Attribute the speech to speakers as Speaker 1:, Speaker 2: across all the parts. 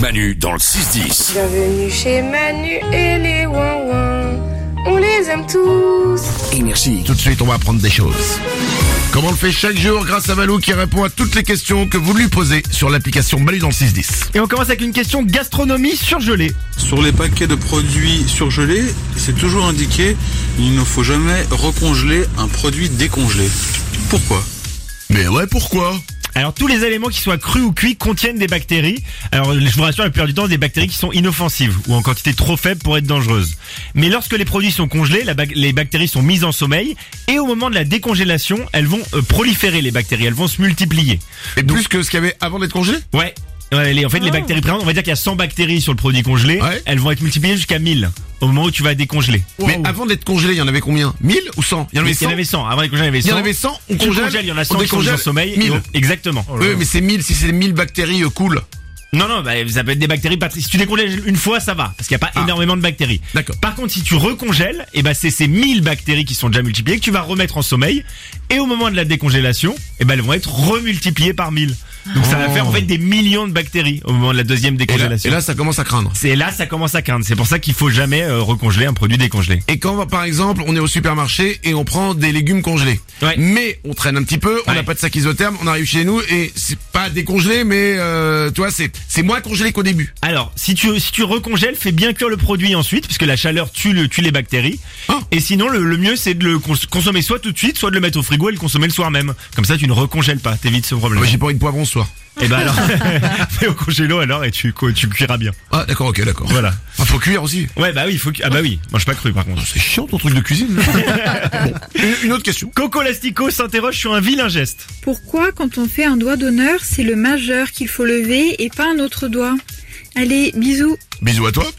Speaker 1: Manu dans le 6-10.
Speaker 2: Bienvenue chez Manu et les Wanwan. On les aime tous.
Speaker 1: Énergie.
Speaker 3: Tout de suite, on va apprendre des choses. Comme on le fait chaque jour grâce à Valou qui répond à toutes les questions que vous lui posez sur l'application Manu dans le 610.
Speaker 4: Et on commence avec une question gastronomie surgelée.
Speaker 5: Sur les paquets de produits surgelés, c'est toujours indiqué il ne faut jamais recongeler un produit décongelé. Pourquoi
Speaker 3: Mais ouais, pourquoi
Speaker 4: Alors tous les éléments qui soient crus ou cuits contiennent des bactéries. Alors je vous rassure, la plupart du temps, des bactéries qui sont inoffensives ou en quantité trop faible pour être dangereuses. Mais lorsque les produits sont congelés, la bac- les bactéries sont mises en sommeil et au moment de la décongélation, elles vont euh, proliférer les bactéries, elles vont se multiplier.
Speaker 3: Et plus que ce qu'il y avait avant d'être congelé
Speaker 4: Ouais. Ouais, les- en fait, les bactéries présentes, on va dire qu'il y a 100 bactéries sur le produit congelé.
Speaker 3: Ah. Ouais.
Speaker 4: Elles vont être multipliées jusqu'à 1000 au moment où tu vas décongeler. ah,
Speaker 3: Mais avant d'être congelé, il y en avait combien 1000 ou 100 Il y en
Speaker 4: Mais
Speaker 3: avait
Speaker 4: Il y en
Speaker 3: 100
Speaker 4: avait 100. Avant de décongeler, il y en avait
Speaker 3: Il
Speaker 4: 100.
Speaker 3: y en avait 100, on
Speaker 4: Tu
Speaker 3: congèle,
Speaker 4: congèles, il y en a
Speaker 3: on
Speaker 4: 100 qui sont
Speaker 3: décongèle,
Speaker 4: en sommeil. et
Speaker 3: 1000.
Speaker 4: on- Exactement.
Speaker 3: Oui, mais c'est 1000, si c'est 1000 bactéries, euh, cool.
Speaker 4: Non, non, bah, ça peut être des bactéries. pas- Si tu décongèles une fois, ça va, parce qu'il n'y a pas
Speaker 3: Ah.
Speaker 4: énormément de bactéries.
Speaker 3: D'accord.
Speaker 4: Par contre, si tu recongèles, et ben c'est ces 1000 bactéries qui sont déjà multipliées que tu vas remettre en sommeil. Et au moment de la décongélation, et ben elles vont être remultipliées par 1000. Donc ça va
Speaker 3: Oh.
Speaker 4: faire en fait des millions de bactéries au moment de la deuxième
Speaker 3: Et là,
Speaker 4: décongélation.
Speaker 3: et là, ça commence à craindre.
Speaker 4: c'est là, ça commence à craindre. C'est pour ça qu'il faut jamais euh, recongeler un produit décongelé.
Speaker 3: Et quand, par exemple, on est au supermarché et on prend des légumes congelés.
Speaker 4: Ouais.
Speaker 3: Mais on traîne un petit peu, on n'a
Speaker 4: Ouais.
Speaker 3: pas de sac isotherme, on arrive chez nous et c'est pas décongelé, mais euh, tu vois, c'est c'est moins congelé qu'au début.
Speaker 4: Alors, si tu, si tu recongèles, fais bien cuire le produit ensuite, puisque la chaleur tue, le, tue les bactéries.
Speaker 3: Ah.
Speaker 4: Et sinon, le, le mieux, c'est de le cons- consommer soit tout de suite, soit de le mettre au frigo et le consommer le soir même. Comme ça, tu ne recongèles pas, t'évites ce problème.
Speaker 3: Moi, j'ai pas envie de poivron ce soir.
Speaker 4: Et ben alors, fais au congélo alors et tu, co- tu cuiras bien.
Speaker 3: Ah, d'accord, ok, d'accord.
Speaker 4: Voilà.
Speaker 3: Ah, faut cuire aussi.
Speaker 4: Ouais, bah oui, il faut que... Ah bah oui, mange pas cru par contre.
Speaker 3: C'est chiant ton truc de cuisine. là. Bon, une- une autre question.
Speaker 4: Coco Lastico s'interroge sur un vilain geste.
Speaker 6: Pourquoi quand on fait un doigt d'honneur, c'est le majeur qu'il faut lever et pas un autre doigt Allez, bisous
Speaker 3: Bisous à toi.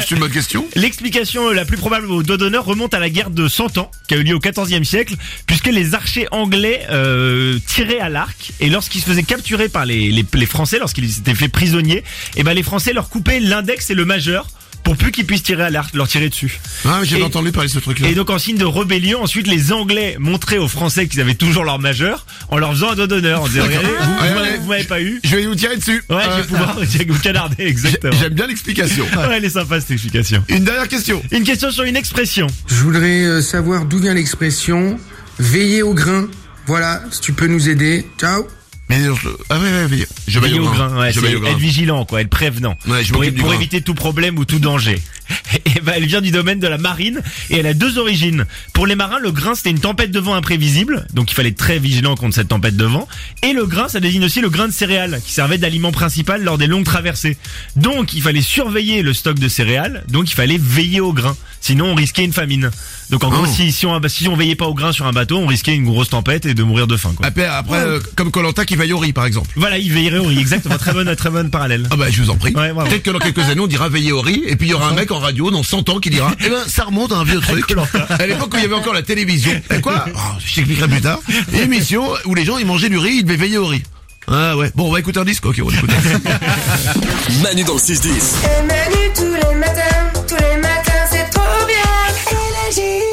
Speaker 3: C'est une bonne question.
Speaker 4: L'explication la plus probable au doigt d'honneur remonte à la guerre de Cent Ans, qui a eu lieu au XIVe siècle, puisque les archers anglais euh, tiraient à l'arc, et lorsqu'ils se faisaient capturer par les, les, les Français, lorsqu'ils étaient faits prisonniers, et ben les Français leur coupaient l'index et le majeur pour plus qu'ils puissent tirer à l'arc, leur tirer dessus.
Speaker 3: Ah, j'ai
Speaker 4: Et-
Speaker 3: entendu parler de ce truc-là.
Speaker 4: Et donc en signe de rébellion, ensuite les Anglais montraient aux Français qu'ils avaient toujours leur majeur en leur faisant un doigt d'honneur, en disant
Speaker 3: D'accord.
Speaker 4: regardez, vous,
Speaker 3: Ouais,
Speaker 4: vous m'avez-
Speaker 3: ouais.
Speaker 4: vous m'avez pas eu.
Speaker 3: Je vais vous tirer dessus.
Speaker 4: Ouais, je
Speaker 3: Euh,
Speaker 4: vais pouvoir vous canarder, exactement.
Speaker 3: J'aime bien l'explication.
Speaker 4: Ouais, elle est sympa cette explication.
Speaker 3: Une dernière question.
Speaker 4: Une question sur une expression.
Speaker 7: Je voudrais euh, savoir d'où vient l'expression veiller au grain. Voilà, si tu peux nous aider. Ciao.
Speaker 3: Mais euh, ah ouais, ouais, ouais, je vais
Speaker 4: Veiller au grain, ouais,
Speaker 3: je
Speaker 4: c'est
Speaker 3: vais au grain.
Speaker 4: être vigilant, quoi, être prévenant.
Speaker 3: Ouais, je
Speaker 4: pour
Speaker 3: m'occupe du
Speaker 4: pour
Speaker 3: grain.
Speaker 4: éviter tout problème ou tout danger. Et ben, elle vient du domaine de la marine et elle a deux origines. Pour les marins, le grain c'était une tempête de vent imprévisible, donc il fallait être très vigilant contre cette tempête de vent. Et le grain, ça désigne aussi le grain de céréales qui servait d'aliment principal lors des longues traversées. Donc il fallait surveiller le stock de céréales, donc il fallait veiller au grain. Sinon on risquait une famine. Donc en
Speaker 3: Oh.
Speaker 4: gros, si, si, on, bah, si on veillait pas au grain sur un bateau, on risquait une grosse tempête et de mourir de faim. Quoi.
Speaker 3: Après, après euh, comme Colanta qui veille au riz, par exemple.
Speaker 4: Voilà, il veillerait au riz. Exactement, très bonne, très bonne parallèle.
Speaker 3: Ah bah je vous en prie.
Speaker 4: Ouais, bravo.
Speaker 3: Peut-être que dans quelques années on dira veiller au riz et puis il y aura un mec en radio dans 100 ans qui dira eh ben ça remonte à un vieux truc. à l'époque où il y avait encore la télévision. Et quoi Oh, Je t'expliquerai plus tard. Une émission où les gens ils mangeaient du riz, ils devaient veiller au riz. Ah ouais. Bon on va écouter un disque. Ok on écoute.
Speaker 1: Manu dans le 6-10.
Speaker 2: Et Manu tous les matins, tous les matins, c'est trop bien. Énergie.